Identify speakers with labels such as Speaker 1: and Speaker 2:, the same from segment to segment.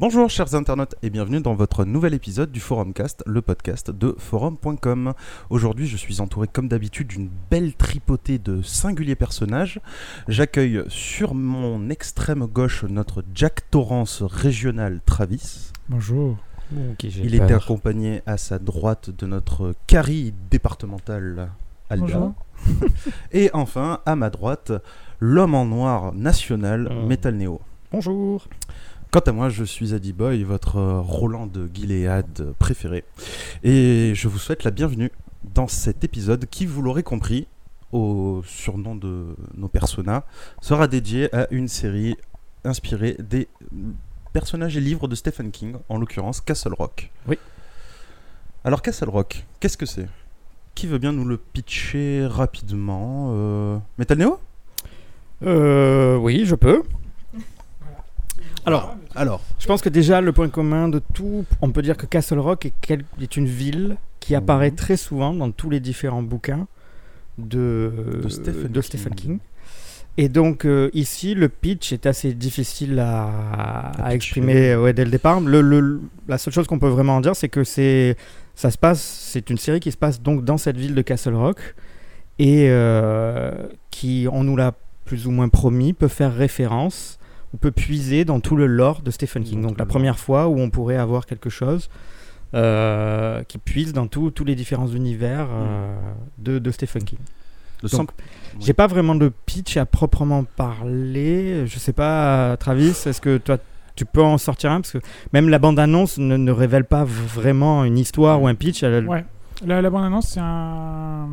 Speaker 1: Bonjour chers internautes et bienvenue dans votre nouvel épisode du Forumcast, le podcast de forum.com. Aujourd'hui je suis entouré comme d'habitude d'une belle tripotée de singuliers personnages. J'accueille sur mon extrême gauche notre Jack Torrance régional Travis.
Speaker 2: Bonjour.
Speaker 1: Il était accompagné à sa droite de notre Carrie départementale Alba.
Speaker 2: Bonjour.
Speaker 1: et enfin à ma droite l'homme en noir national
Speaker 3: Hmm.
Speaker 1: Metal Neo.
Speaker 3: Bonjour.
Speaker 1: Quant à moi, je suis Adi Boy, votre euh, Roland de Gilead préféré, et je vous souhaite la bienvenue dans cet épisode qui, vous l'aurez compris, au surnom de nos personas, sera dédié à une série inspirée des mm, personnages et livres de Stephen King, en l'occurrence Castle Rock.
Speaker 3: Oui.
Speaker 1: Alors Castle Rock, qu'est-ce que c'est Qui veut bien nous le pitcher rapidement euh... Metal Neo
Speaker 3: Euh, oui, je peux. Alors,
Speaker 1: Alors,
Speaker 3: je pense que déjà le point commun de tout, on peut dire que Castle Rock est, quel- est une ville qui apparaît
Speaker 1: Mhm.
Speaker 3: très souvent dans tous les différents bouquins de,
Speaker 1: De Stephen
Speaker 3: de
Speaker 1: King.
Speaker 3: Stephen King. Et donc euh, ici, le pitch est assez difficile à, à
Speaker 1: pitcher.
Speaker 3: exprimer ouais, dès le départ. Le- le- la seule chose qu'on peut vraiment en dire, c'est que c'est ça se passe, c'est une série qui se passe donc dans cette ville de Castle Rock et euh, qui, on nous l'a plus ou moins promis, peut faire référence ou peut puiser dans tout le lore de Stephen King.
Speaker 1: Dans
Speaker 3: Donc
Speaker 1: tout
Speaker 3: la
Speaker 1: le
Speaker 3: première fois où on pourrait avoir quelque chose euh, qui puise dans tout- tous les différents univers euh,
Speaker 1: Hmm.
Speaker 3: de, de Stephen King.
Speaker 1: le
Speaker 3: Donc,
Speaker 1: sang- Oui.
Speaker 3: J'ai pas vraiment de pitch à proprement parler. Je sais pas, Travis, est-ce que toi tu peux en sortir un Parce que même la bande-annonce ne, ne révèle pas vraiment une histoire ou un pitch. Elle-
Speaker 2: Ouais. La, la bande-annonce, c'est un,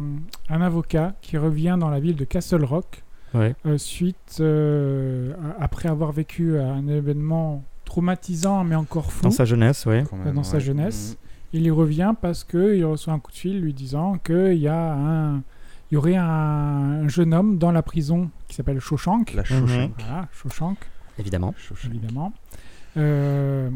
Speaker 2: un avocat qui revient dans la ville de Castle Rock
Speaker 3: Ouais.
Speaker 2: euh, suite euh, à- après avoir vécu euh, un événement traumatisant mais encore fou.
Speaker 3: Dans sa jeunesse, oui.
Speaker 1: Quand même,
Speaker 2: dans sa
Speaker 1: ouais.
Speaker 2: jeunesse. Il y revient parce que il reçoit un coup de fil lui disant qu'il y a un il y aurait un jeune homme dans la prison qui s'appelle Shawshank.
Speaker 1: La chouchane.
Speaker 2: Voilà, Shawshank.
Speaker 3: Évidemment.
Speaker 2: évidemment. Euh,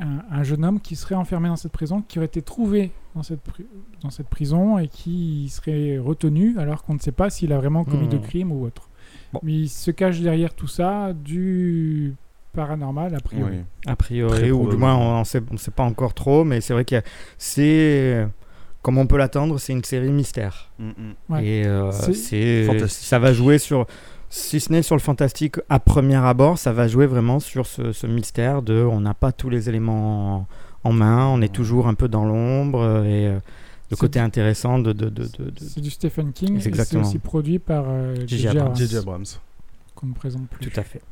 Speaker 2: un, un jeune homme qui serait enfermé dans cette prison, qui aurait été trouvé dans cette, pri- dans cette prison et qui serait retenu alors qu'on ne sait pas s'il a vraiment commis de
Speaker 3: Hmm.
Speaker 2: crime ou autre.
Speaker 3: Bon.
Speaker 2: Mais il se cache derrière tout ça du paranormal, a priori. euh,
Speaker 1: Oui.
Speaker 3: A
Speaker 1: Très
Speaker 3: priori, ou du moins,
Speaker 1: probablement.
Speaker 3: on ne sait, on sait pas encore trop, mais c'est vrai qu'il y a. C'est. Comme on peut l'attendre, c'est une série mystère.
Speaker 1: Mm, mm.
Speaker 2: Ouais.
Speaker 3: Et euh,
Speaker 2: C'est-
Speaker 3: c'est.
Speaker 1: Fantastique.
Speaker 3: Ça va jouer sur. Si ce n'est sur le fantastique à premier abord, ça va jouer vraiment sur ce, ce mystère de. On n'a pas tous les éléments en, en main, on est
Speaker 1: Ouais.
Speaker 3: toujours un peu dans l'ombre, euh, et euh, le
Speaker 2: C'est
Speaker 3: côté
Speaker 2: du-
Speaker 3: intéressant de. de, de, de- de-
Speaker 2: C'est du Stephen King. et C'est
Speaker 3: Exactement.
Speaker 2: aussi produit par euh,
Speaker 3: J.J.
Speaker 2: J.J.
Speaker 3: Abrams.
Speaker 2: Abrams,
Speaker 1: J.J. Abrams.
Speaker 2: qu'on ne présente plus.
Speaker 3: Tout à fait.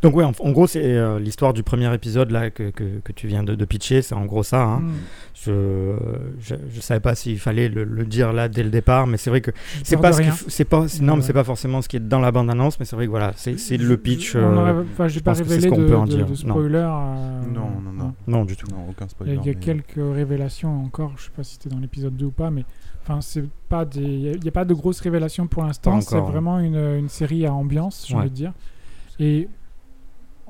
Speaker 3: Donc, ouais, en, en gros, c'est euh, l'histoire du premier épisode là, que, que, que tu viens de, de pitcher, c'est en gros ça. Hein.
Speaker 2: Hmm.
Speaker 3: Je je, je savais pas s'il fallait le, le dire là dès le départ, mais c'est vrai que
Speaker 2: Je
Speaker 3: c'est
Speaker 2: parle
Speaker 3: pas
Speaker 2: de
Speaker 3: ce qu'il
Speaker 2: rien.
Speaker 3: f- c'est pas c'est- non mais
Speaker 2: Ouais.
Speaker 3: c'est pas forcément ce qui est dans la bande annonce, mais c'est vrai que voilà c'est c'est le pitch.
Speaker 2: On
Speaker 3: euh,
Speaker 2: aurait- enfin, j'ai
Speaker 3: je
Speaker 2: pas
Speaker 3: pense que c'est ce
Speaker 2: révélé
Speaker 3: qu'on
Speaker 2: de,
Speaker 3: peut en
Speaker 2: de-
Speaker 3: dire.
Speaker 2: de
Speaker 3: Non.
Speaker 2: spoiler. euh,
Speaker 1: Non, non, non.
Speaker 3: Non du tout.
Speaker 1: Non, aucun
Speaker 2: Il y
Speaker 1: spoiler.
Speaker 2: a, il y a
Speaker 1: mais-
Speaker 2: quelques révélations encore, je sais pas si c'était dans l'épisode 2 ou pas, mais enfin, c'est pas des, il y a- il n'y a, pas de grosses révélations pour l'instant.
Speaker 3: Pas
Speaker 2: C'est
Speaker 3: encore, hein.
Speaker 2: vraiment une, une série à ambiance, j'ai
Speaker 3: Ouais.
Speaker 2: envie de dire. Et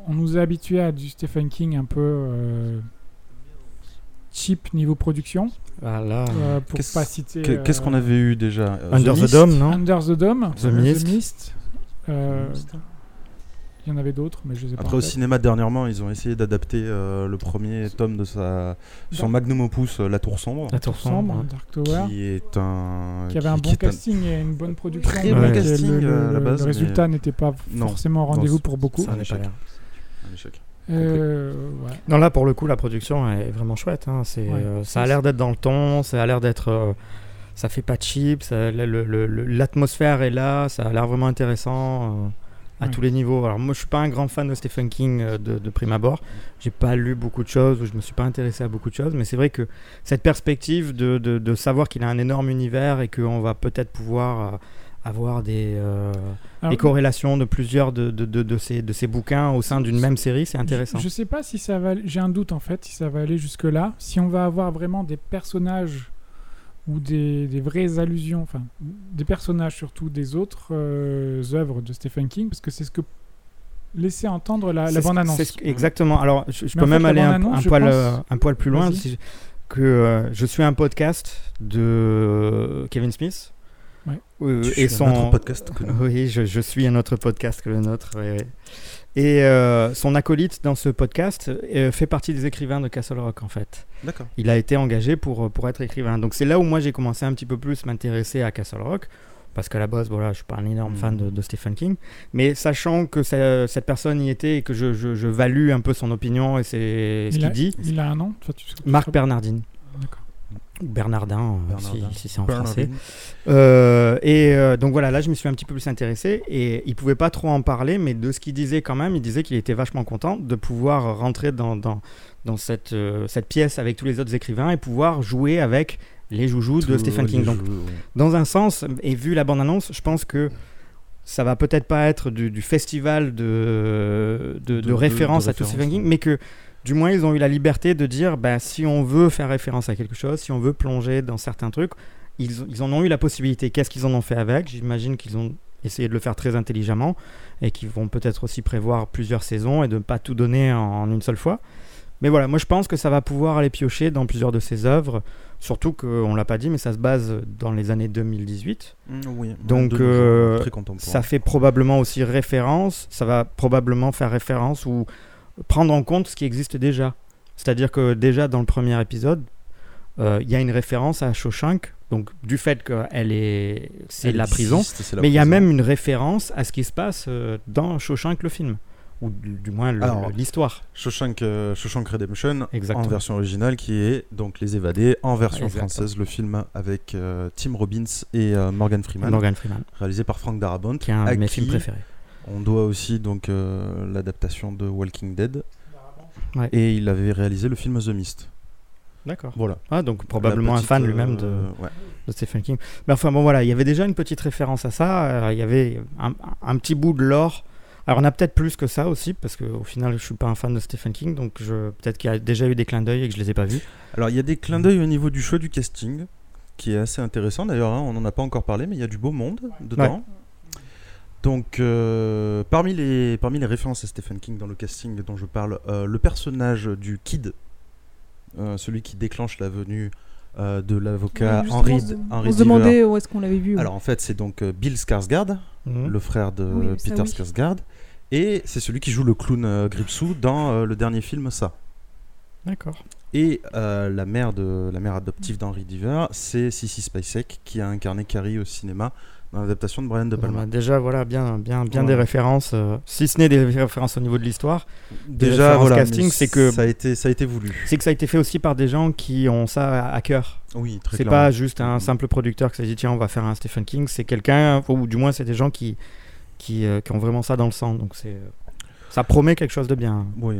Speaker 2: on nous a habitué à du Stephen King un peu euh, cheap niveau production,
Speaker 3: Voilà.
Speaker 2: euh, pour
Speaker 1: Qu'est-ce-
Speaker 2: pas citer.
Speaker 1: Que- Qu'est-ce
Speaker 2: euh,
Speaker 1: qu'on avait eu déjà Euh,
Speaker 3: Under the
Speaker 1: Mist
Speaker 3: Dome non
Speaker 2: Under the Dome,
Speaker 3: The Mist.
Speaker 2: Ah, euh, il y en avait d'autres, mais je les ai pas.
Speaker 1: Après
Speaker 2: en
Speaker 1: au
Speaker 2: tête.
Speaker 1: cinéma dernièrement, ils ont essayé d'adapter euh, le premier tome de sa son magnum opus euh, La Tour sombre,
Speaker 3: La tour
Speaker 2: Sombre,
Speaker 3: sombre.
Speaker 2: Dark Tower.
Speaker 1: qui est un
Speaker 2: qui avait un
Speaker 1: qui
Speaker 2: bon
Speaker 1: est
Speaker 2: casting et une bonne production.
Speaker 1: Très
Speaker 3: bon
Speaker 2: mais
Speaker 1: casting,
Speaker 2: le- le,
Speaker 1: euh, à la
Speaker 2: le
Speaker 1: base, mais-
Speaker 2: résultat n'était pas
Speaker 1: Non.
Speaker 2: forcément au
Speaker 1: Non,
Speaker 2: rendez-vous
Speaker 1: c'est-
Speaker 2: pour beaucoup.
Speaker 3: Ça n'est pas l'air.
Speaker 1: un échec.
Speaker 2: Euh, ouais.
Speaker 3: Non là pour le coup la production est vraiment chouette. hein. C'est
Speaker 2: Ouais.
Speaker 3: euh, ça a l'air d'être dans le ton, ça a l'air d'être euh, ça fait pas cheap, ça- le- le- le- le- l'atmosphère est là, ça a l'air vraiment intéressant. euh, À
Speaker 2: Ouais.
Speaker 3: tous les niveaux. Alors moi, je suis pas un grand fan de Stephen King euh, de, de prime abord. J'ai pas lu beaucoup de choses ou je me suis pas intéressé à beaucoup de choses, mais c'est vrai que cette perspective de, de- de savoir qu'il a un énorme univers et qu'on va peut-être pouvoir euh, avoir des, euh,
Speaker 2: Alors,
Speaker 3: des corrélations de plusieurs de, de, de, de ces, de ces bouquins au sein d'une même série, c'est intéressant.
Speaker 2: Je, je sais pas si ça va. J'ai un doute en fait si ça va aller jusque là. Si on va avoir vraiment des personnages ou des, des vraies allusions, enfin des personnages surtout des autres euh, œuvres de Stephen King, parce que c'est ce que laissait entendre la,
Speaker 3: C'est
Speaker 2: Ah, la
Speaker 3: ce-
Speaker 2: bande annonce.
Speaker 3: c'est ce- exactement. Alors, je, je
Speaker 2: Mais
Speaker 3: peux
Speaker 2: en
Speaker 3: même
Speaker 2: fait, la
Speaker 3: aller un,
Speaker 2: bande-annonce,
Speaker 3: un
Speaker 2: je
Speaker 3: poil,
Speaker 2: pense-
Speaker 3: euh, un poil plus loin.
Speaker 2: Vas-y.
Speaker 3: si je- que euh, je suis un podcast de euh, Kevin Smith
Speaker 2: Ouais.
Speaker 3: Euh,
Speaker 1: Tu
Speaker 3: et
Speaker 1: suis
Speaker 3: son
Speaker 1: un autre podcast que nous.
Speaker 3: Oui, je, je suis un autre podcast que le nôtre. ouais, ouais. Et euh, son acolyte dans ce podcast euh, fait partie des écrivains de Castle Rock, en fait.
Speaker 1: D'accord.
Speaker 3: Il a été engagé pour, euh, pour être écrivain. Donc c'est là où moi j'ai commencé un petit peu plus m'intéresser à Castle Rock. Parce qu'à la base, voilà, je suis pas un énorme
Speaker 1: Mm.
Speaker 3: fan de, de Stephen King. Mais sachant que ça- cette personne y était et que je, je- je value un peu son opinion et c'est ce
Speaker 2: Il
Speaker 3: qu'il
Speaker 2: a,
Speaker 3: dit,
Speaker 2: il a un nom toi, tu- tu-
Speaker 3: Marc
Speaker 2: tu-
Speaker 3: Bernardine.
Speaker 2: D'accord.
Speaker 3: Ou Bernardin, euh, si-
Speaker 1: Bernardin.
Speaker 3: si, c'est en français.
Speaker 1: Bernardine.
Speaker 3: Euh, et euh, donc voilà, là je me suis un petit peu plus intéressé et il pouvait pas trop en parler, mais de ce qu'il disait quand même, il disait qu'il était vachement content de pouvoir rentrer dans, dans, dans cette, euh, cette pièce avec tous les autres écrivains et pouvoir jouer avec les joujoux de
Speaker 1: Tous
Speaker 3: Stephen
Speaker 1: les
Speaker 3: King. Donc
Speaker 1: jours, ouais.
Speaker 3: dans un sens, et vu la bande-annonce, je pense que ça va peut-être pas être du, du festival de, de, de
Speaker 1: De- de- de
Speaker 3: référence à tout
Speaker 1: référence,
Speaker 3: Stephen King,
Speaker 1: ouais.
Speaker 3: mais que du moins ils ont eu la liberté de dire bah, si on veut faire référence à quelque chose, si on veut plonger dans certains trucs, ils, ils en ont eu la possibilité. Qu'est-ce qu'ils en ont fait avec J'imagine qu'ils ont essayé de le faire très intelligemment et qu'ils vont peut-être aussi prévoir plusieurs saisons et de ne pas tout donner en, en une seule fois. Mais voilà, moi je pense que ça va pouvoir aller piocher dans plusieurs de ses œuvres, surtout qu'on l'a pas dit, mais ça se base dans les années 2018.
Speaker 1: Mm, oui, ouais,
Speaker 3: Donc,
Speaker 1: de nos jours,
Speaker 3: euh,
Speaker 1: très contemporain.
Speaker 3: Ça fait probablement aussi référence, ça va probablement faire référence ou prendre en compte ce qui existe déjà. C'est-à-dire que déjà dans le premier épisode, euh, il y a une référence à Shawshank, donc du fait qu'elle est, c'est
Speaker 1: Elle
Speaker 3: la prison,
Speaker 1: existe, c'est la
Speaker 3: mais il y a
Speaker 1: prison.
Speaker 3: même une référence à ce qui se passe euh, dans Shawshank le film, ou du, du moins le-
Speaker 1: Alors,
Speaker 3: l'histoire.
Speaker 1: Shawshank, euh, Shawshank Redemption en
Speaker 3: Exactement.
Speaker 1: version originale qui est donc Les Évadés en version
Speaker 3: Exactement.
Speaker 1: française, le film avec euh, Tim Robbins et euh, Morgan Freeman,
Speaker 3: Morgan Freeman,
Speaker 1: réalisé par Frank Darabont.
Speaker 3: qui est un de
Speaker 1: à
Speaker 3: mes
Speaker 1: qui
Speaker 3: films préférés.
Speaker 1: On doit aussi donc euh, l'adaptation de Walking Dead
Speaker 3: Ouais.
Speaker 1: et il avait réalisé le film The Mist.
Speaker 3: D'accord.
Speaker 1: Voilà.
Speaker 3: Ah, donc probablement
Speaker 1: La
Speaker 3: un
Speaker 1: petite,
Speaker 3: fan
Speaker 1: euh,
Speaker 3: lui-même de,
Speaker 1: ouais.
Speaker 3: de Stephen King. Mais enfin bon voilà, il y avait déjà une petite référence à ça, euh, il y avait un, un petit bout de lore. Alors on a peut-être plus que ça aussi, parce qu'au final je suis pas un fan de Stephen King, donc je- peut-être qu'il y a déjà eu des clins d'œil et que je les ai pas vus.
Speaker 1: Alors il y a des clins d'œil au niveau du choix du casting qui est assez intéressant d'ailleurs. hein, on n'en a pas encore parlé, mais il y a du beau monde dedans. Donc euh, parmi les parmi les références à Stephen King dans le casting dont je parle, euh, le personnage du Kid, euh, celui qui déclenche la venue euh, de l'avocat
Speaker 4: Ouais,
Speaker 1: Henry,
Speaker 4: justement, on se-
Speaker 1: Henry
Speaker 4: On se
Speaker 1: Deaver.
Speaker 4: demandait euh, où est-ce qu'on l'avait vu. ouais.
Speaker 1: Alors en fait c'est donc euh, Bill Skarsgård,
Speaker 3: Mhm.
Speaker 1: le frère de
Speaker 4: Mmh. Oui, ça,
Speaker 1: Peter
Speaker 4: oui.
Speaker 1: Skarsgård. Et c'est celui qui joue le clown euh, Gripsou dans euh, le dernier film Ça.
Speaker 3: D'accord.
Speaker 1: Et euh, la, mère de, la mère adoptive d'Henry Diver, c'est Sissy Spacek, qui a incarné Carrie au cinéma dans l'adaptation de Brian De
Speaker 3: Bon,
Speaker 1: Palma.
Speaker 3: bah, déjà voilà, bien, bien, bien
Speaker 1: Ouais.
Speaker 3: des références, euh, si ce n'est des références au niveau de l'histoire, des
Speaker 1: Déjà,
Speaker 3: références
Speaker 1: voilà,
Speaker 3: casting,
Speaker 1: mais
Speaker 3: c'est que-
Speaker 1: ça, a été, ça a été voulu.
Speaker 3: c'est que ça a été fait aussi par des gens qui ont ça à- à cœur.
Speaker 1: Oui, très
Speaker 3: C'est
Speaker 1: clairement.
Speaker 3: pas juste un
Speaker 1: Mhm.
Speaker 3: simple producteur qui s'est dit tiens on va faire un Stephen King, c'est quelqu'un ou du moins c'est des gens qui qui, euh, qui ont vraiment ça dans le sang donc c'est euh, ça promet quelque chose de bien.
Speaker 1: Oui.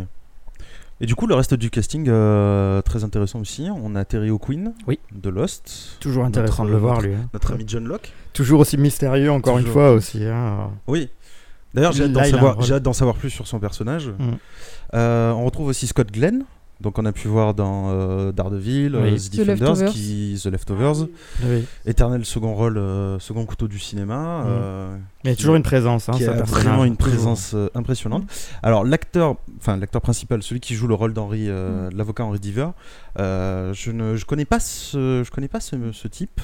Speaker 1: Et du coup, le reste du casting, euh, très intéressant aussi. On a Terry O'Quinn
Speaker 3: Oui.
Speaker 1: de Lost.
Speaker 3: Toujours intéressant
Speaker 1: Notre-
Speaker 3: de le voir lui. hein.
Speaker 1: Notre ami John Locke.
Speaker 3: Toujours aussi mystérieux encore une
Speaker 1: Toujours.
Speaker 3: fois aussi. hein.
Speaker 1: Oui. D'ailleurs, j'ai hâte
Speaker 3: Là,
Speaker 1: d'en
Speaker 3: il a un
Speaker 1: savoir,
Speaker 3: rôle.
Speaker 1: j'ai hâte d'en savoir plus sur son personnage.
Speaker 3: Mhm.
Speaker 1: Euh, on retrouve aussi Scott Glenn. Donc, on a pu voir dans euh, Daredevil,
Speaker 3: Oui.
Speaker 1: euh, The,
Speaker 4: The
Speaker 1: Defenders,
Speaker 4: Leftovers.
Speaker 1: qui, The Leftovers.
Speaker 3: Oui.
Speaker 1: éternel second rôle, euh, second couteau du cinéma,
Speaker 3: Mm.
Speaker 1: euh,
Speaker 3: Mais il y a toujours une présence. Hein,
Speaker 1: qui
Speaker 3: ce
Speaker 1: a
Speaker 3: personnage.
Speaker 1: vraiment une
Speaker 3: Toujours.
Speaker 1: présence euh, impressionnante. Alors l'acteur, enfin l'acteur principal, celui qui joue le rôle d'Henri, euh,
Speaker 3: Mmh.
Speaker 1: de l'avocat Henri Diver, euh, je ne, je connais pas ce, je connais pas ce, ce type,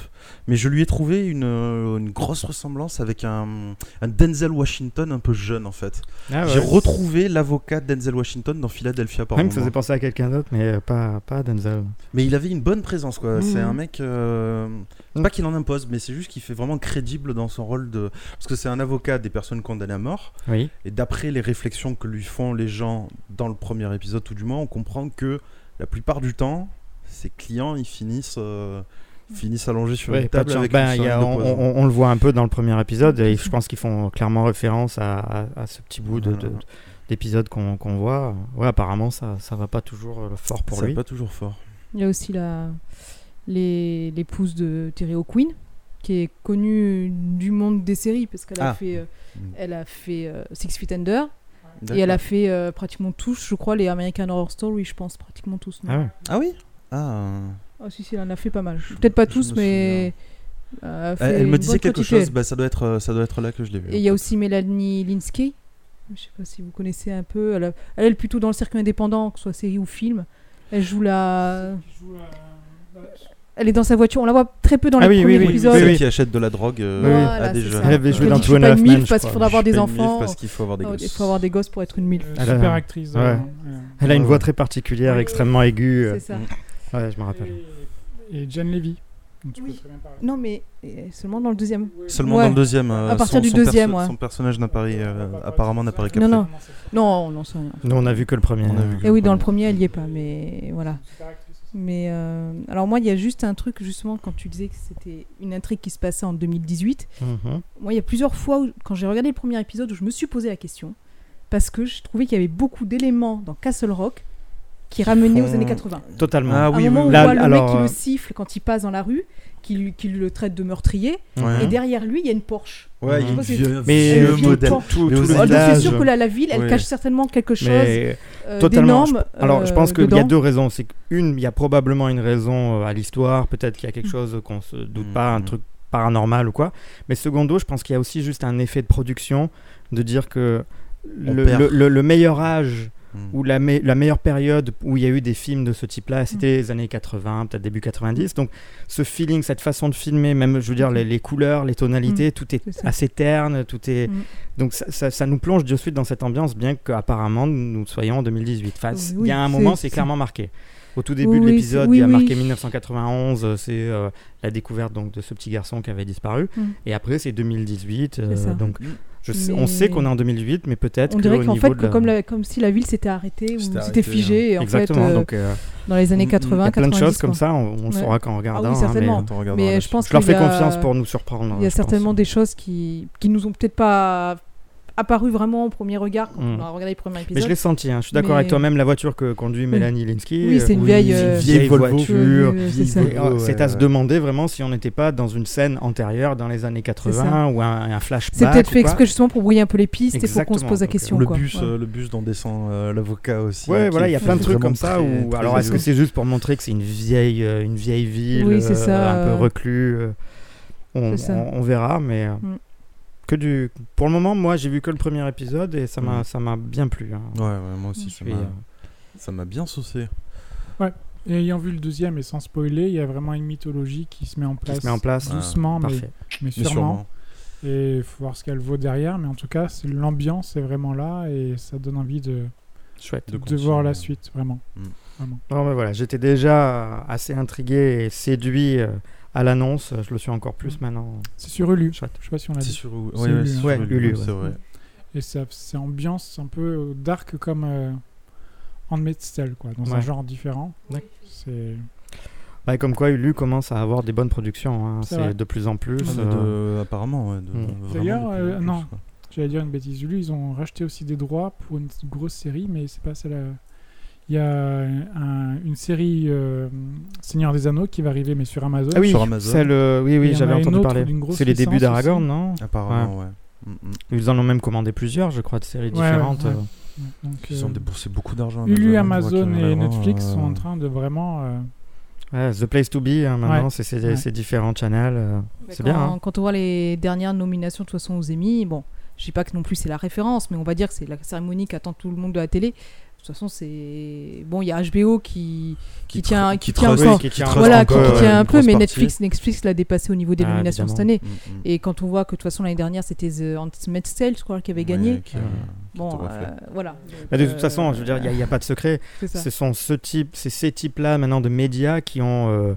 Speaker 1: mais je lui ai trouvé une, euh, une grosse ressemblance avec un, un Denzel Washington un peu jeune en fait.
Speaker 3: Ah,
Speaker 1: J'ai
Speaker 3: ouais.
Speaker 1: retrouvé l'avocat Denzel Washington dans Philadelphia par
Speaker 3: Même ça
Speaker 1: moment.
Speaker 3: faisait penser à quelqu'un d'autre mais euh, pas pas à Denzel.
Speaker 1: Mais il avait une bonne présence,
Speaker 3: Mmh.
Speaker 1: quoi. C'est
Speaker 4: Mhm.
Speaker 1: un mec. euh,
Speaker 3: Mm.
Speaker 1: Pas qu'il en impose, mais c'est juste qu'il fait vraiment crédible dans son rôle de. Parce que c'est un avocat des personnes condamnées à mort.
Speaker 3: Oui.
Speaker 1: Et d'après les réflexions que lui font les gens dans le premier épisode, tout du moins, on comprend que la plupart du temps, ses clients, ils finissent. euh, finissent allongés sur
Speaker 3: Mmh. Ouais,
Speaker 1: une
Speaker 3: pas
Speaker 1: table
Speaker 3: de
Speaker 1: avec
Speaker 3: chance. Ben,
Speaker 1: une
Speaker 3: il y a-
Speaker 1: seringue
Speaker 3: on,
Speaker 1: de poison.
Speaker 3: on- on le voit un peu dans le premier épisode et je pense qu'ils font clairement référence à, à- à ce petit bout de- de-
Speaker 1: Voilà.
Speaker 3: d'épisode qu'on qu'on voit. Ouais, apparemment ça ça va pas toujours euh, fort pour
Speaker 1: Ça
Speaker 3: lui.
Speaker 1: va pas toujours fort.
Speaker 4: Il y a aussi la... les- l'épouse de Terry O'Quinn, qui est connue du monde des séries, parce qu'elle
Speaker 1: Ah.
Speaker 4: a fait, euh,
Speaker 1: Mm.
Speaker 4: elle a fait euh, Six Feet Under, et elle a fait euh, pratiquement tous, je crois, les American Horror Story, je pense, pratiquement tous. non
Speaker 3: Ah ouais.
Speaker 1: Ah oui Ah. euh,
Speaker 4: Ah, si, si, elle en a fait pas mal. Peut-être pas
Speaker 1: je
Speaker 4: tous,
Speaker 1: me
Speaker 4: mais. euh, a fait
Speaker 1: Elle, elle me
Speaker 4: une
Speaker 1: disait
Speaker 4: bonne
Speaker 1: quelque
Speaker 4: quantité.
Speaker 1: chose, bah, ça, doit être, euh, ça doit être là que je l'ai vu.
Speaker 4: Et il y a aussi Mélanie Linsky. Je sais pas si vous connaissez un peu. Elle, a- elle est plutôt dans le circuit indépendant, que ce soit série ou film. Elle joue la.
Speaker 2: Qui joue, euh, la-
Speaker 4: Elle est dans sa voiture, on la voit très peu dans
Speaker 3: Ah
Speaker 4: les
Speaker 3: oui,
Speaker 4: premiers
Speaker 3: oui, oui,
Speaker 4: épisodes.
Speaker 1: Celle
Speaker 3: oui.
Speaker 1: qui achète de la drogue euh,
Speaker 4: Voilà,
Speaker 1: a
Speaker 4: c'est
Speaker 1: déjà.
Speaker 4: ça.
Speaker 3: Elle avait
Speaker 4: Je
Speaker 3: joué
Speaker 4: me
Speaker 3: dans
Speaker 4: dis, je
Speaker 3: Two
Speaker 4: suis
Speaker 3: and a
Speaker 4: pas
Speaker 3: Half
Speaker 4: une
Speaker 3: Men,
Speaker 4: MILF
Speaker 3: je
Speaker 4: parce qu'il
Speaker 3: crois.
Speaker 4: faudra
Speaker 3: Je
Speaker 4: avoir
Speaker 1: Je
Speaker 4: des
Speaker 1: paye mille
Speaker 4: enfants.
Speaker 1: parce qu'il faut avoir des
Speaker 4: Oh, Il
Speaker 1: gosses.
Speaker 4: faut avoir des gosses pour être une MILF.
Speaker 2: Euh,
Speaker 3: Elle a-
Speaker 2: super actrice.
Speaker 3: ouais.
Speaker 2: vraiment,
Speaker 3: Elle a une
Speaker 1: Ouais,
Speaker 3: voix
Speaker 1: ouais.
Speaker 3: très particulière,
Speaker 4: Ouais,
Speaker 3: extrêmement aiguë. euh,
Speaker 4: C'est ça.
Speaker 1: Mm.
Speaker 3: Ouais, je me
Speaker 2: euh,
Speaker 3: rappelle.
Speaker 2: Et, et Jen Levy. dont tu peux
Speaker 4: Oui.
Speaker 2: très bien parler.
Speaker 4: Non, mais euh, seulement dans le deuxième.
Speaker 1: Seulement
Speaker 4: Ouais.
Speaker 1: dans le deuxième. euh,
Speaker 4: À partir
Speaker 1: son-
Speaker 4: du
Speaker 1: son perso-
Speaker 4: deuxième, ouais.
Speaker 1: Son personnage n'apparaît euh,
Speaker 2: On va pas
Speaker 1: apparemment
Speaker 2: parler de
Speaker 1: n'apparaît
Speaker 2: ça.
Speaker 1: qu'après.
Speaker 4: Non, non. Non, non, ça.
Speaker 3: Nous, on a vu que le premier.
Speaker 1: On a vu que-
Speaker 4: Et Eh oui, dans le premier, elle y est pas, mais voilà.
Speaker 2: Super actrice aussi.
Speaker 4: Mais euh, alors moi, il y a juste un truc justement quand tu disais que c'était une intrigue qui se passait en 2018.
Speaker 3: Mhm.
Speaker 4: Moi, il y a plusieurs fois où- quand j'ai regardé le premier épisode où je me suis posé la question parce que je trouvais qu'il y avait beaucoup d'éléments dans Castle Rock qui ramenaient aux
Speaker 1: font-
Speaker 4: années 80.
Speaker 3: Totalement.
Speaker 1: Ah
Speaker 4: À
Speaker 1: oui,
Speaker 4: un
Speaker 1: oui,
Speaker 4: moment où on
Speaker 1: oui.
Speaker 3: Là,
Speaker 4: voit le
Speaker 3: alors,
Speaker 4: mec qui
Speaker 3: euh,
Speaker 4: le siffle quand il passe dans la rue, qui, lui- qui le traite de meurtrier,
Speaker 1: Ouais.
Speaker 3: Hein
Speaker 4: et derrière lui, il y a une Porsche.
Speaker 1: Ouais, il y a
Speaker 4: Je
Speaker 1: une
Speaker 4: pense que
Speaker 1: vieux-
Speaker 3: Mais euh,
Speaker 1: vieux
Speaker 3: tout-
Speaker 1: modèle.
Speaker 3: tout- Ah, tout
Speaker 1: Mais
Speaker 3: le
Speaker 1: aux
Speaker 4: Oh, je suis
Speaker 3: village.
Speaker 4: sûr que la, la ville, elle
Speaker 1: Ouais.
Speaker 4: cache certainement quelque chose
Speaker 3: Mais
Speaker 4: euh,
Speaker 3: totalement,
Speaker 4: d'énorme.
Speaker 3: alors, je
Speaker 4: euh,
Speaker 3: pense qu'il y a
Speaker 4: dedans.
Speaker 3: deux raisons. C'est qu'une, il y a probablement une raison euh, à l'histoire. Peut-être qu'il y a quelque chose qu'on se doute
Speaker 1: Mm,
Speaker 3: pas, un
Speaker 1: mm.
Speaker 3: truc paranormal ou quoi. Mais secondo, je pense qu'il y a aussi juste un effet de production de dire que
Speaker 1: On
Speaker 3: le,
Speaker 1: perd.
Speaker 3: le- le- le meilleur âge
Speaker 1: Mm.
Speaker 3: ou la, me- la meilleure période où il y a eu des films de ce
Speaker 4: Mm.
Speaker 3: type-là, c'était les années 80, peut-être début 90. Donc ce feeling, cette façon de filmer, même je veux dire les, les couleurs, les tonalités, tout est,
Speaker 4: Mm. C'est ça.
Speaker 3: assez terne, tout est.
Speaker 4: Mm.
Speaker 3: Donc ça, ça- ça nous plonge de suite dans cette ambiance, bien qu'apparemment nous soyons en 2018. Enfin, c- il
Speaker 4: Oui,
Speaker 3: y a un
Speaker 4: c'est-
Speaker 3: moment, c'est
Speaker 4: c'est-
Speaker 3: clairement marqué. Au tout début de
Speaker 4: Oui,
Speaker 3: l'épisode,
Speaker 4: c'est- oui,
Speaker 3: il y a
Speaker 4: oui.
Speaker 3: marqué 1991, euh, c'est euh, la découverte donc de ce petit garçon qui avait disparu.
Speaker 4: Mm.
Speaker 3: Et après, c'est 2018. euh,
Speaker 4: ça.
Speaker 3: donc,
Speaker 1: Mm.
Speaker 3: je sais- on sait
Speaker 4: Mais-
Speaker 3: qu'on est en 2018, mais peut-être
Speaker 4: On
Speaker 3: que
Speaker 4: dirait
Speaker 3: au
Speaker 4: qu'en
Speaker 3: niveau
Speaker 4: fait,
Speaker 3: de
Speaker 4: que
Speaker 3: la-
Speaker 4: comme, la- comme si la ville s'était arrêtée
Speaker 1: C'était
Speaker 4: ou
Speaker 1: arrêté,
Speaker 4: s'était figée. En fait,
Speaker 3: Exactement.
Speaker 4: euh,
Speaker 3: donc, euh,
Speaker 4: dans les années
Speaker 1: Mm, mm,
Speaker 4: 80,
Speaker 3: Il y a plein de
Speaker 4: 90,
Speaker 3: choses comme
Speaker 4: quoi.
Speaker 3: ça, on, on le
Speaker 4: Ouais. Ah
Speaker 3: saura qu'en regardant. hein, mais
Speaker 4: certainement.
Speaker 1: Quand on regardera
Speaker 4: Mais
Speaker 1: la
Speaker 4: je pense
Speaker 3: je leur
Speaker 4: qu'il
Speaker 3: fais
Speaker 4: y a-
Speaker 3: confiance pour nous surprendre. hein,
Speaker 4: Il y a
Speaker 3: je pense.
Speaker 4: certainement des choses qui, qui nous ont peut-être pas apparu vraiment au premier regard quand
Speaker 3: Mm.
Speaker 4: on a regardé les premiers épisodes.
Speaker 3: Mais je l'ai senti, hein, je suis d'accord
Speaker 4: Mais-
Speaker 3: avec toi-même, la voiture que conduit Mélanie Linsky.
Speaker 4: Oui, c'est une vieille, euh,
Speaker 3: vieille,
Speaker 1: vieille Volvo.
Speaker 3: voiture.
Speaker 4: Oui, oui,
Speaker 1: vieille
Speaker 4: c'est ça.
Speaker 1: Volvo.
Speaker 3: Et, euh,
Speaker 1: Ouais,
Speaker 3: C'est à
Speaker 1: ouais.
Speaker 3: se demander vraiment si on n'était pas dans une scène antérieure dans les années 80 ou un, un flashback.
Speaker 4: C'est peut-être
Speaker 3: ou
Speaker 4: fait
Speaker 3: quoi.
Speaker 4: exprès justement pour brouiller un peu les pistes et pour qu'on se
Speaker 3: Exactement,
Speaker 4: pose la
Speaker 3: donc, euh,
Speaker 4: question.
Speaker 1: le
Speaker 4: quoi.
Speaker 1: bus,
Speaker 4: Ouais.
Speaker 1: euh, le bus dont descend euh, l'avocat aussi.
Speaker 3: Ouais,
Speaker 1: qui
Speaker 3: voilà, il y a
Speaker 1: est
Speaker 3: plein de trucs
Speaker 1: vraiment
Speaker 3: comme ça.
Speaker 1: très-
Speaker 3: Ou
Speaker 1: très
Speaker 3: alors, est-ce que
Speaker 1: rigolo.
Speaker 3: c'est juste pour montrer que c'est une vieille, euh, une vieille ville,
Speaker 4: Oui, c'est
Speaker 3: euh,
Speaker 4: ça,
Speaker 3: un
Speaker 4: euh.
Speaker 3: peu reclus euh, on,
Speaker 4: C'est ça.
Speaker 3: on- on verra, mais euh,
Speaker 4: Mm.
Speaker 3: que du. Pour le moment, moi, j'ai vu que le premier épisode et ça m'a,
Speaker 1: Mm.
Speaker 3: ça m'a bien plu. hein.
Speaker 1: Ouais, ouais, moi aussi, ça
Speaker 3: Et,
Speaker 1: m'a-
Speaker 3: euh,
Speaker 1: ça m'a bien saucé.
Speaker 2: Et ayant vu le deuxième et sans spoiler, il y a vraiment une mythologie qui se met en
Speaker 3: qui
Speaker 2: place.
Speaker 3: se met en place.
Speaker 1: Ouais.
Speaker 4: Ah,
Speaker 2: Doucement, mais,
Speaker 3: Parfait.
Speaker 2: mais
Speaker 1: Mais
Speaker 2: sûrement. Et il faut voir ce qu'elle vaut derrière. Mais en tout cas, c'est- l'ambiance est vraiment là et ça donne envie de,
Speaker 3: Chouette.
Speaker 1: De
Speaker 2: de,
Speaker 1: continuer. Mm.
Speaker 2: voir la suite, vraiment.
Speaker 3: Non, mais voilà, j'étais déjà assez intrigué et séduit euh, à l'annonce. Je le suis encore plus
Speaker 4: Mm.
Speaker 3: maintenant.
Speaker 2: C'est sur Ulu.
Speaker 3: Chouette.
Speaker 2: Je sais pas si on l'a
Speaker 1: C'est
Speaker 2: dit.
Speaker 1: sur Ulu.
Speaker 2: C'est
Speaker 1: Ouais,
Speaker 2: Ulu,
Speaker 1: c'est
Speaker 2: hein.
Speaker 1: sur
Speaker 3: Ouais, Ulu,
Speaker 1: c'est
Speaker 3: ouais.
Speaker 1: vrai.
Speaker 2: Et ça, c'est ambiance un peu dark comme euh, Handmaid's Tale, quoi, dans un
Speaker 3: Ouais.
Speaker 2: genre différent.
Speaker 3: Ouais.
Speaker 2: C'est
Speaker 3: Bah, comme quoi, Ulu commence à avoir des bonnes productions. hein.
Speaker 2: C'est
Speaker 3: C'est
Speaker 2: vrai.
Speaker 3: de plus en plus.
Speaker 1: Ah, mais
Speaker 3: euh,
Speaker 1: de- Hmm. Apparemment, ouais. de-
Speaker 3: Mm.
Speaker 1: vraiment
Speaker 2: D'ailleurs,
Speaker 1: de plus en
Speaker 2: euh,
Speaker 1: plus,
Speaker 2: non.
Speaker 1: quoi.
Speaker 2: J'allais dire une bêtise, Ulu, ils ont racheté aussi des droits pour une grosse série, mais c'est pas celle-là. Il y a un- une série euh, Seigneur des Anneaux qui va arriver, mais sur Amazon.
Speaker 3: Ah oui,
Speaker 1: Sur Amazon.
Speaker 3: celle, euh, oui,
Speaker 2: Il y
Speaker 3: oui
Speaker 2: en
Speaker 3: j'avais
Speaker 2: a une
Speaker 3: entendu
Speaker 2: autre
Speaker 3: parler.
Speaker 2: d'une grosse
Speaker 3: C'est les débuts
Speaker 2: licence
Speaker 3: d'Aragorn,
Speaker 2: aussi.
Speaker 3: non
Speaker 1: Apparemment, ouais. Mm, mm.
Speaker 3: Ils en ont même commandé plusieurs, je crois, de séries
Speaker 2: Ouais, ouais,
Speaker 3: différentes.
Speaker 2: ouais.
Speaker 3: euh.
Speaker 2: Donc,
Speaker 1: Ils ont
Speaker 2: euh,
Speaker 1: dépensé beaucoup d'argent.
Speaker 2: Ulu,
Speaker 1: je vois
Speaker 2: Amazon
Speaker 1: qu'il y en a
Speaker 2: et
Speaker 1: vraiment,
Speaker 2: Netflix
Speaker 1: euh,
Speaker 2: sont en train de vraiment. euh,
Speaker 3: Ouais, The Place to Be, hein, maintenant,
Speaker 2: Ouais.
Speaker 3: c'est ces
Speaker 2: Ouais.
Speaker 3: ces différents channels. euh.
Speaker 4: Bah,
Speaker 3: C'est
Speaker 4: quand,
Speaker 3: bien, hein.
Speaker 4: quand on voit les dernières nominations de toute façon aux Emmy, bon, je sais pas que non plus c'est la référence, mais on va dire que c'est la cérémonie qu'attend tout le monde de la télé. De toute façon, c'est bon, il y a HBO qui qui
Speaker 1: tr-
Speaker 4: tient- qui tient
Speaker 1: trust-
Speaker 4: encore.
Speaker 1: qui
Speaker 3: Voilà,
Speaker 1: trust
Speaker 4: voilà qui,
Speaker 3: encore,
Speaker 4: qui
Speaker 3: ouais,
Speaker 4: tient
Speaker 1: une
Speaker 4: un peu,
Speaker 1: grosse
Speaker 4: mais
Speaker 1: partie.
Speaker 4: Netflix Netflix l'a dépassé au niveau des
Speaker 3: Ah,
Speaker 4: nominations cette année.
Speaker 1: Mm, mm.
Speaker 4: Et quand on voit que de toute façon l'année dernière c'était The Handmaid's Tale, je crois, qui avait
Speaker 1: Ouais,
Speaker 4: gagné.
Speaker 1: qui a-
Speaker 3: Ouais.
Speaker 4: Bon,
Speaker 1: tout refait.
Speaker 4: euh, voilà.
Speaker 3: Bah, de toute
Speaker 4: Euh,
Speaker 3: façon, je veux dire, il n'y a, pas de secret.
Speaker 4: c'est ça.
Speaker 3: Ce sont ce type, c'est ces types-là, maintenant, de médias qui ont. euh,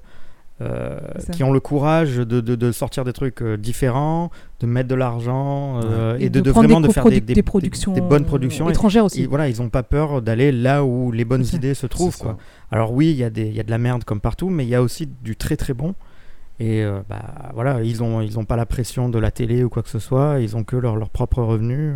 Speaker 3: euh,
Speaker 4: C'est ça.
Speaker 3: qui ont le courage de, de- de sortir des trucs euh, différents, de mettre de l'argent euh, et,
Speaker 4: Et
Speaker 3: de, de
Speaker 4: prendre
Speaker 3: vraiment de
Speaker 4: des
Speaker 3: faire des,
Speaker 4: coproduc-
Speaker 3: des-
Speaker 4: des productions
Speaker 3: des bonnes
Speaker 4: euh,
Speaker 3: productions. Et-
Speaker 4: étrangères
Speaker 3: et
Speaker 4: aussi.
Speaker 3: voilà, ils n'ont pas peur d'aller là où les bonnes
Speaker 4: C'est ça.
Speaker 3: idées se trouvent.
Speaker 1: C'est
Speaker 3: Quoi.
Speaker 1: ça.
Speaker 3: Alors oui, il y, a des- il y a de la merde comme partout, mais il y a aussi du très très bon. Et euh, bah voilà, ils n'ont ils ont pas la pression de la télé ou quoi que ce soit, ils ont que leur, leur propre revenu.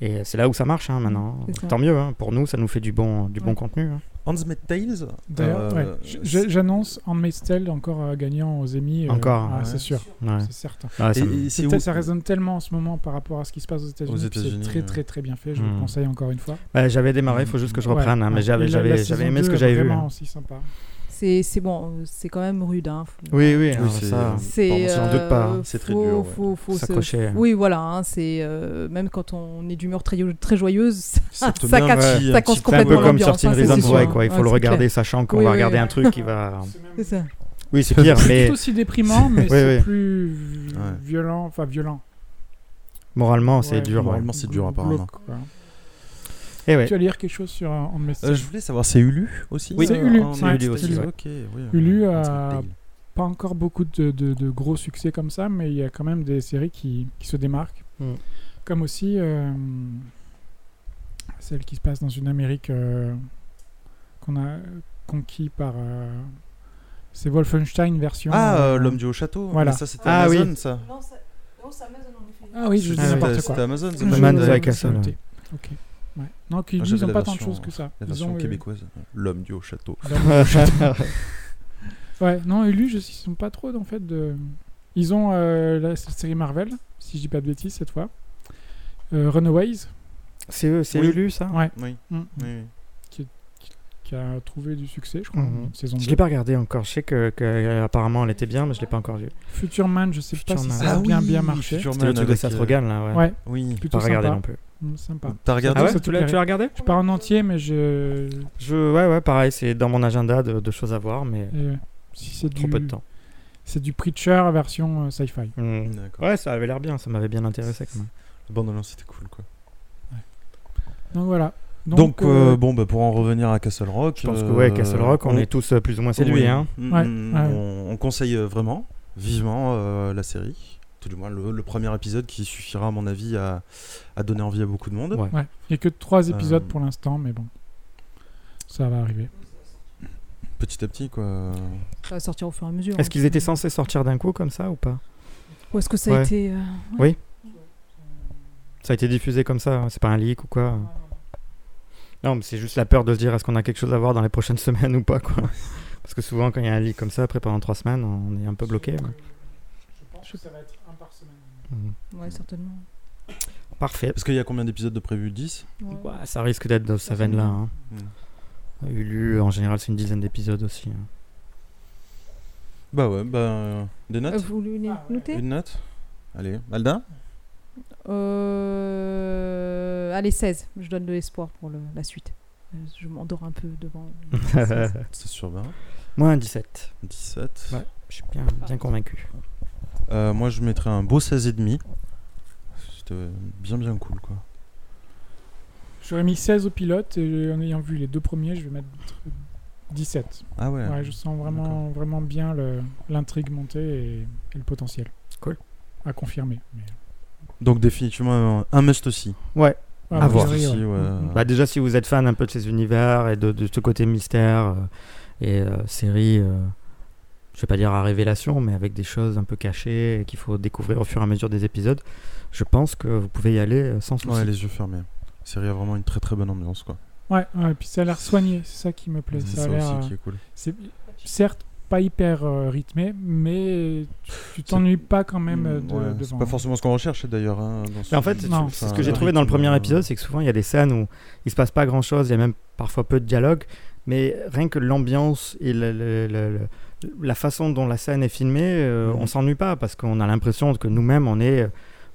Speaker 3: Et c'est là où ça marche hein, maintenant.
Speaker 4: C'est ça.
Speaker 3: Tant mieux, hein. pour nous, ça nous fait du bon, du bon
Speaker 4: Ouais.
Speaker 3: contenu. hein.
Speaker 1: Handmaid's Tales
Speaker 2: D'ailleurs,
Speaker 1: euh,
Speaker 2: ouais. J- j- j'annonce Handmaid's Tale encore euh, gagnant aux Emmy. euh,
Speaker 3: Encore,
Speaker 2: ah,
Speaker 1: ouais.
Speaker 2: c'est sûr,
Speaker 3: Ouais.
Speaker 2: c'est certain.
Speaker 3: Ouais, ça
Speaker 1: et-
Speaker 3: me-
Speaker 1: et c'est
Speaker 2: C'est-
Speaker 1: où-
Speaker 2: ça résonne tellement en ce moment par rapport à ce qui se passe aux États-Unis.
Speaker 1: Aux
Speaker 2: puis C'est
Speaker 1: États-Unis,
Speaker 2: très,
Speaker 1: ouais.
Speaker 2: très, très bien fait. Je vous
Speaker 3: Mm.
Speaker 2: le conseille encore une fois.
Speaker 3: Bah, j'avais démarré, il faut juste que je reprenne, hein, mais j'avais, j'avais, j'avais aimé ce que j'avais vu.
Speaker 2: vraiment
Speaker 3: hein.
Speaker 2: aussi sympa.
Speaker 4: C'est c'est bon, euh, c'est quand même rude. hein. Faut-
Speaker 3: Oui, oui, alors
Speaker 1: c'est-
Speaker 3: ça,
Speaker 4: C'est.
Speaker 3: bon, j'en doute pas. hein.
Speaker 4: euh,
Speaker 1: C'est très
Speaker 4: faut-
Speaker 1: dur, ouais.
Speaker 4: faut- faut se-
Speaker 3: S'accrocher.
Speaker 4: Oui, voilà. hein, c'est euh, même quand on est d'humeur très, très joyeuse,
Speaker 1: Ça
Speaker 4: ça,
Speaker 1: te
Speaker 4: ça
Speaker 1: met un
Speaker 4: casse-
Speaker 1: petit-
Speaker 4: ça
Speaker 1: un
Speaker 4: casse
Speaker 1: petit
Speaker 3: C'est un
Speaker 1: complètement
Speaker 3: peu comme
Speaker 4: l'ambiance,
Speaker 3: Certain
Speaker 4: hein, c'est
Speaker 3: Reasons
Speaker 4: sûr.
Speaker 3: Why, quoi. Il faut
Speaker 4: Ouais,
Speaker 3: le
Speaker 4: c'est clair.
Speaker 3: regarder sachant qu'on
Speaker 4: Oui,
Speaker 3: va
Speaker 4: oui,
Speaker 3: regarder
Speaker 4: oui.
Speaker 3: un truc qui va.
Speaker 4: C'est ça.
Speaker 3: Oui, c'est pire,
Speaker 2: C'est
Speaker 3: mais
Speaker 2: tout aussi déprimant, mais
Speaker 3: Oui,
Speaker 2: c'est
Speaker 3: oui.
Speaker 2: plus
Speaker 1: Ouais.
Speaker 2: violent. Enfin, violent.
Speaker 3: moralement, c'est
Speaker 2: Ouais,
Speaker 3: dur. ouais.
Speaker 1: moralement. Apparemment, c'est dur, apparemment.
Speaker 2: Glauque, quoi.
Speaker 3: Eh ouais.
Speaker 2: Tu vas lire quelque chose sur un
Speaker 1: Euh,
Speaker 2: message
Speaker 1: je voulais savoir, c'est Ulu aussi
Speaker 2: Oui, c'est
Speaker 1: euh,
Speaker 2: Ulu,
Speaker 1: en
Speaker 2: c'est
Speaker 1: Ulu
Speaker 2: Ulu
Speaker 1: aussi.
Speaker 2: aussi.
Speaker 1: Ok, oui,
Speaker 2: Ulu
Speaker 1: euh,
Speaker 2: a-
Speaker 1: ça dégueule.
Speaker 2: Pas encore beaucoup de, de- de gros succès comme ça, mais il y a quand même des séries qui, qui se démarquent.
Speaker 3: Mm.
Speaker 2: Comme aussi euh, celle qui se passe dans une Amérique euh, qu'on a conquis par. euh, c'est Wolfenstein version.
Speaker 1: Ah,
Speaker 2: euh,
Speaker 1: euh, l'homme du haut château.
Speaker 2: voilà.
Speaker 1: Mais ça, c'était
Speaker 3: Ah oui.
Speaker 1: Amazon, ça.
Speaker 4: Non, ça, non, ça Amazon en effet.
Speaker 2: Ah oui, je dis
Speaker 3: Ah,
Speaker 2: n'importe
Speaker 1: C'était-
Speaker 2: quoi.
Speaker 1: C'était Amazon, The
Speaker 2: Je-
Speaker 3: The
Speaker 1: Man
Speaker 3: Man
Speaker 1: in the
Speaker 3: Man's
Speaker 2: je-
Speaker 1: High.
Speaker 3: Like a
Speaker 2: c'est
Speaker 3: Soul.
Speaker 2: noté. Ok. Ouais. Non, qu'ils
Speaker 1: Ah,
Speaker 2: disent, ils
Speaker 1: j'avais la
Speaker 2: ont pas tant de
Speaker 1: version-
Speaker 2: choses que ça.
Speaker 1: La
Speaker 2: Ils
Speaker 1: version
Speaker 2: ont, euh,
Speaker 1: québécoise. L'homme du haut château.
Speaker 2: Ouais, non, Ulu, je, ils sont pas trop en fait de. Ils ont euh, la cette série Marvel, si je dis pas de bêtises cette fois. Euh, Runaways,
Speaker 3: c'est eux, c'est
Speaker 1: Oui.
Speaker 3: Ulu, ça
Speaker 2: ouais,
Speaker 1: Oui,
Speaker 2: mm,
Speaker 1: oui, oui.
Speaker 2: qui a trouvé du succès, je crois,
Speaker 3: Mhm.
Speaker 2: une saison
Speaker 3: Je
Speaker 2: 2.
Speaker 3: l'ai pas regardé encore. Je sais que, que, euh, apparemment elle était bien, mais je l'ai pas encore
Speaker 2: Ah,
Speaker 3: vue.
Speaker 2: Future Man, je sais pas
Speaker 3: Future
Speaker 2: si
Speaker 3: Man.
Speaker 2: ça a
Speaker 1: Ah
Speaker 2: bien,
Speaker 1: oui,
Speaker 2: bien marché.
Speaker 1: Future
Speaker 3: C'était le
Speaker 1: Man
Speaker 3: truc de
Speaker 1: avec,
Speaker 3: Seth
Speaker 1: euh,
Speaker 3: Rogen là. Ouais. Ah,
Speaker 2: Ouais,
Speaker 1: Oui.
Speaker 2: plutôt
Speaker 3: Pas regardé
Speaker 2: sympa.
Speaker 3: non plus.
Speaker 2: Mm, sympa.
Speaker 1: T'as regardé
Speaker 3: Ah
Speaker 2: ça
Speaker 3: ouais
Speaker 2: te
Speaker 3: Tu l'as
Speaker 2: plairait.
Speaker 3: tu l'as regardé
Speaker 2: Je pars en entier, mais je.
Speaker 3: Je ouais ouais pareil. C'est dans mon agenda de, de choses à voir, mais
Speaker 2: euh, si c'est du.
Speaker 3: trop peu de temps.
Speaker 2: C'est du Preacher version euh, sci-fi.
Speaker 3: Hmm.
Speaker 1: D'accord.
Speaker 3: Ouais, ça avait l'air bien. Ça m'avait bien intéressé quand même.
Speaker 1: La bande annonce c'était cool quoi.
Speaker 2: Donc voilà.
Speaker 1: Donc, euh, bon bah, pour en revenir à Castle Rock,
Speaker 3: Je pense que
Speaker 1: euh,
Speaker 3: ouais, Castle Rock, on, est tous euh, plus ou moins séduits. Hein.
Speaker 1: Mm,
Speaker 2: Ouais,
Speaker 1: mm,
Speaker 2: ouais.
Speaker 1: On, on conseille euh, vraiment, vivement euh, la série. Tout du moins le, le premier épisode qui suffira à mon avis à, à donner envie à beaucoup de monde.
Speaker 3: Ouais.
Speaker 2: Ouais, il n'y a que trois épisodes
Speaker 1: Euh,
Speaker 2: pour l'instant, mais bon. Ça va arriver.
Speaker 1: Petit à petit quoi.
Speaker 4: Ça va sortir au fur et à mesure.
Speaker 3: Est-ce
Speaker 4: hein.
Speaker 3: qu'ils étaient censés sortir d'un coup comme ça ou pas
Speaker 4: Ou est-ce que ça a
Speaker 3: Ouais.
Speaker 4: été. euh,
Speaker 3: Ça a été diffusé comme ça, hein, c'est pas un leak ou quoi Non, mais c'est juste la peur de se dire est-ce qu'on a quelque chose à voir dans les prochaines semaines ou pas quoi. Parce que souvent quand il y a un leak comme ça, après pendant trois semaines, on est un peu bloqué. ouais.
Speaker 2: Je pense que ça va être un par semaine.
Speaker 3: Mhm.
Speaker 4: Ouais, certainement.
Speaker 3: Parfait.
Speaker 1: Parce qu'il y a combien d'épisodes de prévu 10
Speaker 4: Ouais.
Speaker 3: Bah, ça risque d'être dans cette veine-là. hein. Hulu, en général, c'est une dizaine d'épisodes aussi. hein.
Speaker 1: Bah ouais, bah euh, des
Speaker 4: Euh,
Speaker 1: notes
Speaker 4: vous voulez les noter
Speaker 1: Une note Allez, Alda
Speaker 4: Euh, Allez, 16. Je donne de l'espoir pour le- la suite. Euh, Je m'endors un peu devant. Ah,
Speaker 1: C'est sur 20.
Speaker 3: Moi, un 17.
Speaker 1: 17.
Speaker 3: Ouais. Je suis bien, bien convaincu.
Speaker 1: Euh, moi je mettrais un beau 16,5. C'était euh, bien bien cool quoi.
Speaker 2: J'aurais mis 16 au pilote et en ayant vu les deux premiers, je vais mettre 17.
Speaker 1: Ah ouais.
Speaker 2: Ouais, je sens vraiment, vraiment bien le- l'intrigue monter et, et le potentiel.
Speaker 3: Cool.
Speaker 2: À confirmer. mais-
Speaker 1: Donc définitivement un, un must aussi.
Speaker 3: Ouais.
Speaker 2: Ouais,
Speaker 1: À
Speaker 2: a
Speaker 1: voir.
Speaker 2: priori,
Speaker 1: Si, ouais.
Speaker 2: Mm, mm.
Speaker 3: Bah, déjà, si vous êtes fan un peu de ces univers et de, de ce côté mystère euh, et euh, série, euh, je vais pas dire à révélation, mais avec des choses un peu cachées et qu'il faut découvrir au fur et à mesure des épisodes, je pense que vous pouvez y aller euh, sans souci.
Speaker 1: Ouais, les yeux fermés. La série a vraiment une très très bonne ambiance quoi.
Speaker 2: Ouais, ouais, et puis ça a l'air soigné, c'est ça qui me plaît.
Speaker 1: C'est
Speaker 2: Ça a
Speaker 1: ça
Speaker 2: l'air.
Speaker 1: aussi qui
Speaker 2: euh,
Speaker 1: est cool.
Speaker 2: c'est certes pas hyper euh, rythmé, mais tu- tu t'ennuies pas quand même euh,
Speaker 1: Mm,
Speaker 2: de,
Speaker 1: ouais, c'est
Speaker 2: devant.
Speaker 1: pas forcément ce qu'on recherche d'ailleurs. hein, dans ce
Speaker 3: Mais en fait,
Speaker 1: film.
Speaker 3: c'est-
Speaker 2: Non.
Speaker 3: hein. c'est ce
Speaker 1: Enfin,
Speaker 3: que j'ai
Speaker 1: le
Speaker 3: trouvé dans le
Speaker 1: rythme,
Speaker 3: premier
Speaker 1: euh,
Speaker 3: épisode, c'est que souvent il y a des scènes où il se passe pas grand chose, il y a même parfois peu de dialogue, mais rien que l'ambiance et le- le- le- le- la façon dont la scène est filmée, euh,
Speaker 1: Mhm.
Speaker 3: on s'ennuie pas parce qu'on a l'impression que nous-mêmes on est euh,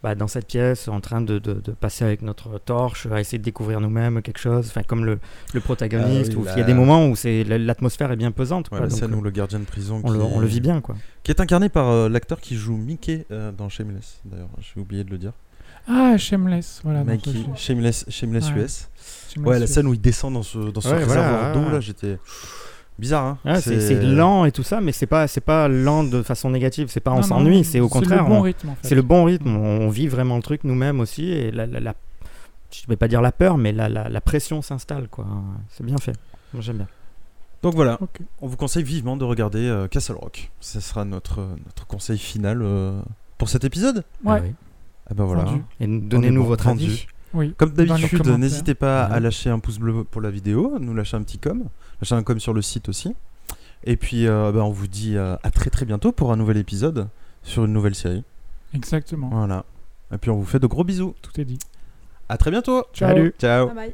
Speaker 3: bah, dans cette pièce en train de, de- de passer avec notre torche à essayer de découvrir nous-mêmes quelque chose, enfin comme le, le protagoniste.
Speaker 1: Ah
Speaker 3: ou
Speaker 1: oui,
Speaker 3: il
Speaker 1: la-
Speaker 3: y a des moments où c'est la- l'atmosphère est bien pesante,
Speaker 1: ouais,
Speaker 3: quoi,
Speaker 1: la
Speaker 3: donc,
Speaker 1: scène
Speaker 3: euh,
Speaker 1: où le gardien de prison
Speaker 3: on,
Speaker 1: qui,
Speaker 3: le, on le vit bien quoi.
Speaker 1: qui est incarné par euh, l'acteur qui joue Mickey euh, dans Shameless d'ailleurs. J'ai oublié de le dire.
Speaker 2: Ah, Shameless, voilà.
Speaker 1: Mec,
Speaker 2: donc,
Speaker 1: qui-
Speaker 2: euh,
Speaker 1: Shameless, Shameless
Speaker 2: Ouais.
Speaker 1: US.
Speaker 2: Shameless
Speaker 1: Ouais, la
Speaker 2: US.
Speaker 1: scène où il descend dans ce, dans ce
Speaker 3: Ouais, voilà,
Speaker 1: réservoir d'eau
Speaker 3: ouais.
Speaker 1: là, j'étais bizarre. Hein
Speaker 3: Ouais, c'est c'est lent et tout ça, mais c'est pas c'est pas lent de façon négative, c'est pas
Speaker 2: Non,
Speaker 3: on
Speaker 2: non,
Speaker 3: s'ennuie, c'est au contraire
Speaker 2: C'est le bon
Speaker 3: on-
Speaker 2: rythme en fait.
Speaker 3: C'est le bon rythme, on on vit vraiment le truc nous-mêmes aussi, et la, la- la- je vais pas dire la peur, mais la, la- la pression s'installe, quoi. C'est bien fait. Moi, j'aime bien.
Speaker 1: Donc voilà,
Speaker 2: Ok.
Speaker 1: on vous conseille vivement de regarder euh, Castle Rock. Ce sera notre, euh, notre conseil final euh, pour cet épisode.
Speaker 2: Ouais.
Speaker 3: Ah oui.
Speaker 1: Et ben voilà.
Speaker 2: Rendu.
Speaker 3: Et donnez-nous
Speaker 1: bon,
Speaker 3: votre
Speaker 1: rendu.
Speaker 3: avis.
Speaker 2: Oui.
Speaker 1: Comme
Speaker 2: Dans les
Speaker 1: d'habitude,
Speaker 2: commentaires.
Speaker 1: n'hésitez pas à
Speaker 3: Ouais.
Speaker 1: lâcher un pouce bleu pour la vidéo, nous lâcher un petit com, lâcher un com sur le site aussi. Et puis, euh, ben, on vous dit euh, à très très bientôt pour un nouvel épisode sur une nouvelle série.
Speaker 2: Exactement.
Speaker 1: Voilà. Et puis, on vous fait de gros bisous.
Speaker 2: Tout est dit.
Speaker 1: À très bientôt.
Speaker 2: Ciao.
Speaker 3: Salut.
Speaker 1: Ciao.
Speaker 4: bye.